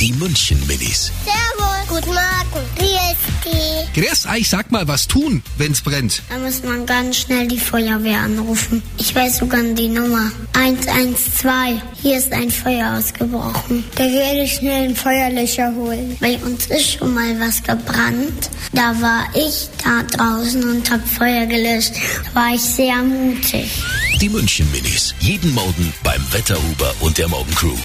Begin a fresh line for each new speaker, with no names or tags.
Die München Minis.
Servus. Guten Morgen. Wie ist die?
Grüß euch, sag mal, was tun, wenn's brennt?
Da muss man ganz schnell die Feuerwehr anrufen. Ich weiß sogar die Nummer. 112. Hier ist ein Feuer ausgebrochen. Da werde ich schnell ein Feuerlöscher holen. Bei uns ist schon mal was gebrannt. Da war ich da draußen und hab Feuer gelöscht. Da war ich sehr mutig.
Die München Minis. Jeden Morgen beim Wetterhuber und der Morgencrew.